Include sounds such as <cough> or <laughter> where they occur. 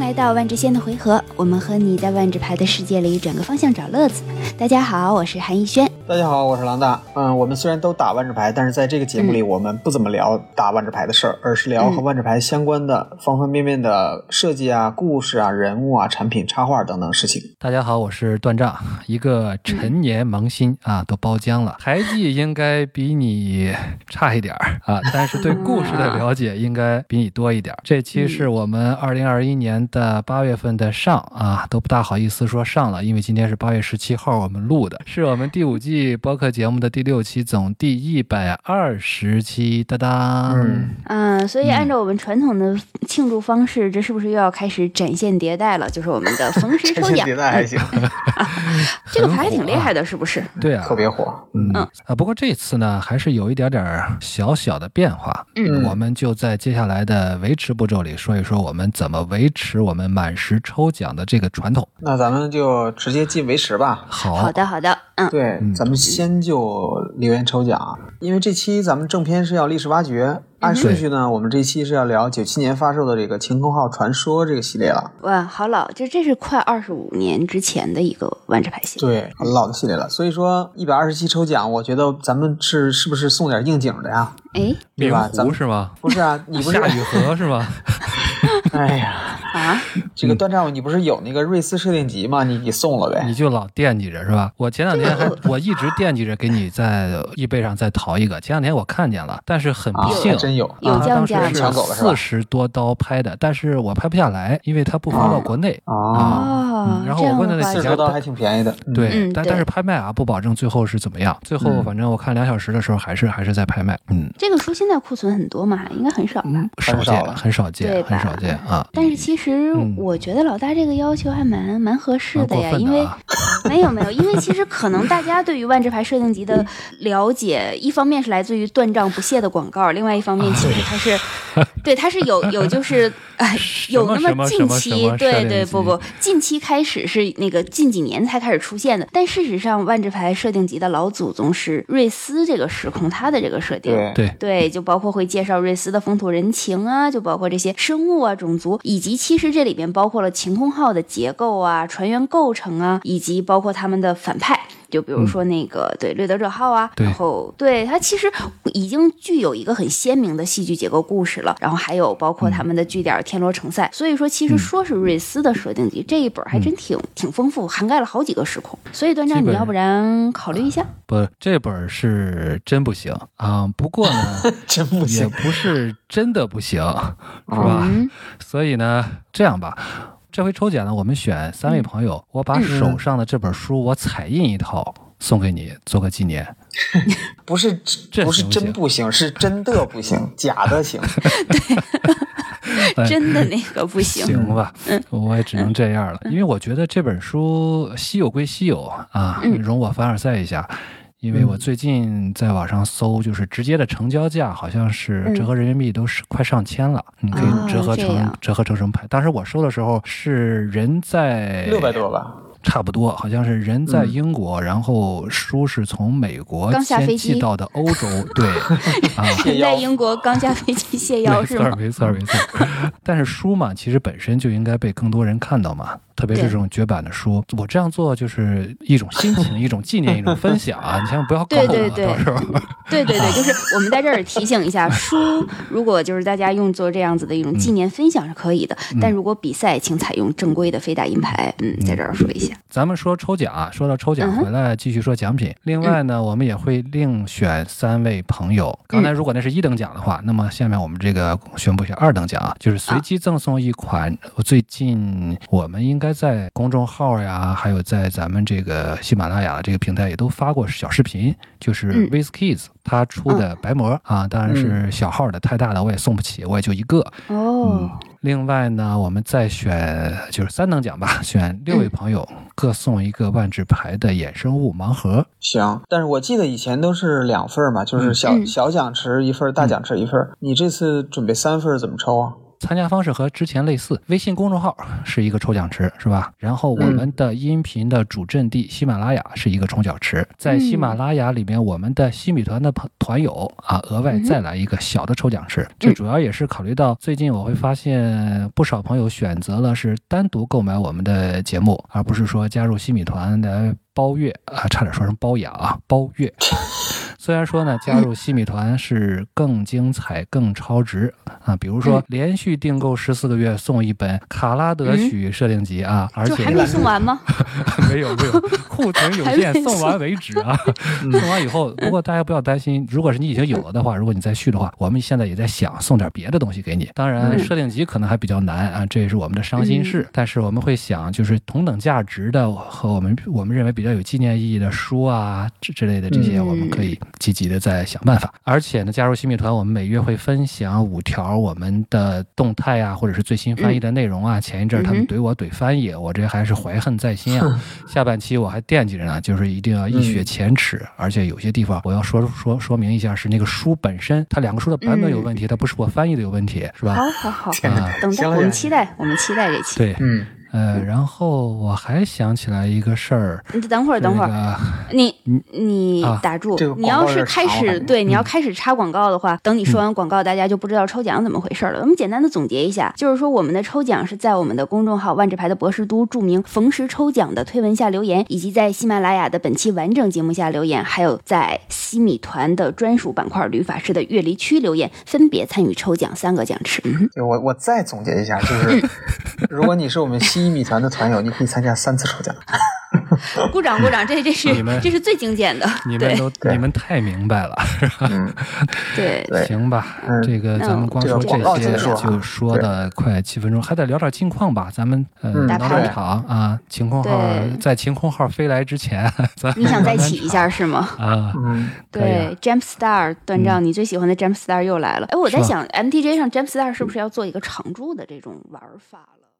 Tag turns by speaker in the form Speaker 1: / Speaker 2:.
Speaker 1: 来到万智仙的回合，我们和你在万智牌的世界里转个方向找乐子。大家好，我是韩逸轩。
Speaker 2: 大家好，我是狼大。嗯，我们虽然都打万智牌，但是在这个节目里，
Speaker 1: 嗯
Speaker 2: 我们不怎么聊打万智牌的事儿，而是聊和万智牌相关的方方面面的设计啊、故事啊、人物啊、产品、插画等等事情。
Speaker 3: 大家好，我是段炸，一个陈年萌新啊，都包浆了，牌技应该比你差一点儿啊，但是对故事的了解应该比你多一 <laughs> 点儿。这期是我们二零二一年的八月份的上啊，都不大好意思说上了，因为今天是八月十七号我们录的，是我们第五季播客节目的第六期，总第一百二十期，当当。
Speaker 2: 嗯
Speaker 1: 嗯，所以按照我们传统的庆祝方式，这是不是又要开始展现迭代了？就是我们的逢时抽
Speaker 2: 这些
Speaker 1: 奖
Speaker 2: 迭，代还行，
Speaker 1: <laughs> 这个牌还挺厉
Speaker 3: 的。
Speaker 1: 害的，是不是？
Speaker 3: 对啊，
Speaker 2: <laughs> 特别火。
Speaker 3: 嗯啊，不过这次呢，还是有一点点儿小小的变化。
Speaker 1: 嗯
Speaker 3: 我们就在接下来的维持步骤里说一说我们怎么维持我们满十抽奖的这个传统。
Speaker 2: 那咱们就直接进维持吧。
Speaker 3: 好，
Speaker 1: 好的，好的，嗯，
Speaker 2: 对，咱们先就留言抽奖啊，因为这期咱们正片是要历史挖掘，
Speaker 1: 嗯
Speaker 2: 按顺序呢，我们这期是要聊九七年发售的这个《晴空号传说》这个系列了，
Speaker 1: 哇，好老，这这是快二十五年之前的一个万智牌系列。
Speaker 2: 对，很老的系列了。所以说一百二十期抽奖，我觉得咱们是是不是送点应景的呀？
Speaker 1: 哎
Speaker 2: 对
Speaker 3: 明
Speaker 2: 吧咱
Speaker 3: 湖
Speaker 2: 们
Speaker 3: 是吗？
Speaker 2: 不是啊，你不是
Speaker 3: <laughs> 夏？雨荷是吗？
Speaker 2: 哎呀，
Speaker 1: 啊，
Speaker 2: 这个段战你不是有那个瑞斯设定集吗？你你送了
Speaker 3: 你
Speaker 2: 呗？
Speaker 3: 就老惦记着是吧？我前两天还我一直惦记着给你在易贝上再淘一个，前两天我看见了，但是很
Speaker 2: 啊
Speaker 3: 不，幸
Speaker 2: 还，真有。
Speaker 1: 有
Speaker 3: 啊，
Speaker 1: 降
Speaker 3: 当时
Speaker 1: 价吗
Speaker 2: 抢走了是吧
Speaker 3: 四十多刀拍的，但是我拍不下来，因为它不发到国内。
Speaker 2: 啊，
Speaker 1: 哦
Speaker 3: 嗯，然后
Speaker 1: 这
Speaker 3: 我
Speaker 1: 样
Speaker 3: 问
Speaker 1: 的
Speaker 3: 的那
Speaker 1: 话
Speaker 2: 四
Speaker 3: 几
Speaker 2: 十
Speaker 3: 家
Speaker 2: 多刀还挺便宜的。嗯，
Speaker 3: 对，
Speaker 1: 嗯
Speaker 3: 但
Speaker 1: 对
Speaker 3: 但是拍卖啊，不保证最后是怎么样。最后
Speaker 2: 嗯
Speaker 3: 反正我看两小时的时候还是还是在拍卖，嗯，
Speaker 1: 这个书现在库存很多嘛，应该很少吧？
Speaker 3: 少
Speaker 2: 很少
Speaker 3: 见，
Speaker 2: 了
Speaker 3: 很少
Speaker 1: 对
Speaker 3: 见，
Speaker 1: 吧
Speaker 3: 很少见啊。
Speaker 1: 但是其实
Speaker 3: 嗯
Speaker 1: 我觉得老大这个要求还蛮蛮合适的呀，
Speaker 3: 蛮过分的啊
Speaker 1: 因为
Speaker 3: <laughs>
Speaker 1: 没有没有，因为其实可能大家对于万智牌设定集
Speaker 3: 嗯
Speaker 1: 的了解，一方面是来自于断章不懈的广告，另外一方
Speaker 3: 啊
Speaker 1: 面其实它是，对它是
Speaker 3: <laughs>
Speaker 1: 有有就是哎
Speaker 3: 什
Speaker 1: 有
Speaker 3: 么
Speaker 1: 那么
Speaker 3: 什
Speaker 1: 近
Speaker 3: 么什
Speaker 1: 期
Speaker 3: 么，
Speaker 1: 对
Speaker 3: 设
Speaker 1: 对
Speaker 3: 定
Speaker 1: 不
Speaker 3: 集
Speaker 1: 不，近期开始是那个近几年才开始出现的，但事实上万智牌设定集的老祖宗是瑞斯这个时空它的这个设定，
Speaker 2: 对，
Speaker 3: 对
Speaker 1: 对，就包括会介绍瑞斯的风土人情啊，就包括这些生物啊、种族，以及其实这里边包括了晴空号的结构啊、船员构成啊，以及包括他们的反派。就比如说那个、对掠夺者号啊，
Speaker 3: 嗯对
Speaker 1: 然后对它其实已经具有一个很鲜明的戏剧结构故事了，然后还有包括
Speaker 3: 嗯
Speaker 1: 他们的据点天罗城塞，所以说其实说是瑞斯的设定集、这一本还真挺、挺丰富，涵盖了好几个时空，所以段
Speaker 3: 嗯基
Speaker 1: 章你
Speaker 3: 本
Speaker 1: 要不然考虑一下，
Speaker 3: 不，这本儿是真不行啊。不过呢，
Speaker 2: 真 <laughs> 不
Speaker 3: 也
Speaker 2: 行。
Speaker 3: 不是真的
Speaker 2: <laughs>
Speaker 3: 不行，是吧？
Speaker 1: 嗯
Speaker 3: 所以呢，这样吧，这回抽奖呢，我们选三
Speaker 1: 嗯
Speaker 3: 位朋友，我把手上的这本书我彩印一套送给你，做个纪念。
Speaker 2: 不是
Speaker 3: 这
Speaker 2: 不是
Speaker 3: 行不
Speaker 2: 真
Speaker 3: 行
Speaker 2: 不行，是真的不行，假的
Speaker 3: <laughs>
Speaker 2: 行。
Speaker 3: 哎
Speaker 1: 真的那个不行，
Speaker 3: <laughs>
Speaker 1: 嗯
Speaker 3: 行吧，我也只能这样了，因为我觉得这本书稀有归稀有啊，
Speaker 1: 嗯
Speaker 3: 容我凡尔赛一下。因
Speaker 2: 嗯
Speaker 3: 为我最近在网上搜，就是直接的成交价好像是
Speaker 1: 嗯
Speaker 3: 折合人民币都是快上千了，你可以折合
Speaker 1: 哦这
Speaker 3: 成
Speaker 1: 样
Speaker 3: 折合成什么牌？当时我收的时候是人在
Speaker 2: 六百多吧，
Speaker 3: 差不多，好像是人在
Speaker 2: 嗯
Speaker 3: 英国，然后书是从美国
Speaker 1: 刚下
Speaker 3: 先
Speaker 1: 飞
Speaker 3: 寄
Speaker 1: 机
Speaker 3: 到的欧洲，
Speaker 1: <laughs>
Speaker 3: 对啊，
Speaker 2: 谢
Speaker 1: 人在
Speaker 2: 邀
Speaker 1: 英国刚下飞机谢邀
Speaker 3: <laughs> 没
Speaker 1: 是
Speaker 3: 错儿，
Speaker 1: 吗？
Speaker 3: 没错儿，没错儿。 <laughs> 但是书嘛，其实本身就应该被更多人看到嘛，特别是
Speaker 1: 对
Speaker 3: 这种绝版的书。我这样做就是一种心
Speaker 1: <laughs>
Speaker 3: 情，一种纪念，一种分享啊！你千万不要告
Speaker 1: 对
Speaker 3: 我，
Speaker 1: 对对
Speaker 3: 到时候
Speaker 1: 对对
Speaker 3: <laughs>
Speaker 1: 对，就是我们在这儿提醒一下，书如果就是大家用作这样子的一种纪念分享是可以的，
Speaker 3: 嗯
Speaker 1: 但如果比赛，请采用正规的非打印牌。嗯，在这儿说一下，
Speaker 3: 咱们说抽奖啊，说到抽奖
Speaker 1: 嗯哼嗯
Speaker 3: 回来继续说奖品。另外呢，我们也会另选三位朋
Speaker 1: 嗯
Speaker 3: 友。刚才如果那是一等奖的话，那么下面我们这个宣布一下二等奖啊，就是随机赠送一款。呃最近我们应该在公众号呀，还有在咱们这个喜马拉雅这个平台也都发过小视频，就是
Speaker 1: 嗯
Speaker 3: WizKids 他出的白膜啊，当然是小号的，太大的我也送不起，我也就一个。
Speaker 1: 哦，
Speaker 3: 另外呢，我们再选就是三等奖吧，选六位朋友、各送一个万智牌的衍生物盲盒。
Speaker 2: 行，但是我记得以前都是两份儿嘛，就是小、
Speaker 1: 嗯
Speaker 2: 小奖池一份儿，大奖池一份儿。你这次准备三份儿，怎么抽啊？
Speaker 3: 参加方式和之前类似，微信公众号是一个抽奖池，是吧？然后我们的音频的主阵地喜马拉雅是一个抽奖池，在喜马拉雅里面，我们的新米团的朋团友啊，额外再来一个小的抽奖池。这主要也是考虑到最近我会发现不少朋友选择了是单独购买我们的节目，而不是说加入新米团来包月啊，差点说成包养啊，包月。虽然说呢，加入西米团是更精彩、更超值啊，比如
Speaker 1: 嗯
Speaker 3: 说连续订购十四个月送一本《卡拉德曲设定集》啊，而
Speaker 1: 嗯就
Speaker 3: 且
Speaker 1: 还没送完吗？
Speaker 3: <laughs> 没有没有，库存有限，送完为止啊。送完以后，不过大家不要担心，如果是你已经有了的话，如果你再续的话，我们现在也在想送点别的东西给你。当然，设定集可能还比较难啊，这也是我们的伤心
Speaker 1: 嗯
Speaker 3: 事。但是我们会想，就是同等价值的和我们我们认为比较有纪念意义的书啊之之类的这些，
Speaker 1: 嗯
Speaker 3: 我们可以积极的在想办法。而且呢，加入新米团，我们每月会分享五条我们的动态啊，或者是最新翻译的内容啊。前一阵儿他
Speaker 1: 嗯
Speaker 3: 们
Speaker 1: 嗯哼
Speaker 3: 怼我怼翻译，我这还是怀恨在心啊。下半期我还惦记着呢，就是一定要一雪前耻，而且有些地方我要说说说明一下，是那个书本身，它两个书的版本有问题，它不是我翻译的有问题，是吧？
Speaker 1: 好好好，
Speaker 2: 天哪
Speaker 3: 啊
Speaker 1: 等待
Speaker 2: 行了
Speaker 1: 我们
Speaker 2: 呀
Speaker 1: 期待，我们期待这期。
Speaker 3: 对，
Speaker 2: 嗯，
Speaker 3: 呃，然后我还想起来一个事儿，
Speaker 1: 你等会儿，等会儿，
Speaker 3: 儿，
Speaker 1: 你你
Speaker 3: 啊嗯
Speaker 1: 打住
Speaker 2: 这个！
Speaker 1: 你
Speaker 2: 广
Speaker 1: 要
Speaker 2: 告有
Speaker 1: 是
Speaker 2: 点
Speaker 1: 开
Speaker 2: 长我
Speaker 1: 始
Speaker 2: 感觉
Speaker 1: 对你要开始插广告的话，等你说完广告，大家就不知道抽奖怎么回事了。我们简单的总结一下，就是说我们的抽奖是在我们的公众号“万智牌的博士都”注明“逢时抽奖”的推文下留言，以及在喜马拉雅的本期完整节目下留言，还有在西米团的专属板块“吕法师”的月离区留言，分别参与抽奖三个奖池。
Speaker 3: <laughs>
Speaker 1: 嗯哼
Speaker 2: 对我我再总结一下，就是如果你是我们西医米团的团友，你可以参加三次抽奖。
Speaker 1: 鼓掌鼓掌，这这是
Speaker 3: 你们
Speaker 1: 这是最精简的，
Speaker 3: 你们
Speaker 1: 对
Speaker 3: 都
Speaker 2: 对
Speaker 3: 你们太明白了，
Speaker 2: 嗯，
Speaker 1: 对
Speaker 2: 对
Speaker 3: 行吧？
Speaker 2: 嗯
Speaker 3: 这个
Speaker 1: 那
Speaker 3: 咱们光说
Speaker 2: 这个广告
Speaker 3: 些
Speaker 2: 结束啊
Speaker 3: 就说的快七分钟，还得聊点近况吧？咱们呃
Speaker 2: 嗯
Speaker 3: 聊
Speaker 1: 打
Speaker 3: 聊
Speaker 1: 牌
Speaker 3: 场啊，晴空号
Speaker 1: 对
Speaker 3: 在晴空号飞来之前， <laughs> 咱
Speaker 1: 你想再起一下
Speaker 3: 啊
Speaker 1: 是吗？
Speaker 3: 啊？
Speaker 2: 嗯，
Speaker 3: 可以啊嗯
Speaker 1: 对，Jump Star 断章，你最喜欢的 Jump Star 又来了。哎，我在
Speaker 3: 是吧
Speaker 1: 想，MTJ 上 Jump Star 是不是要做一个常驻的这种玩法了？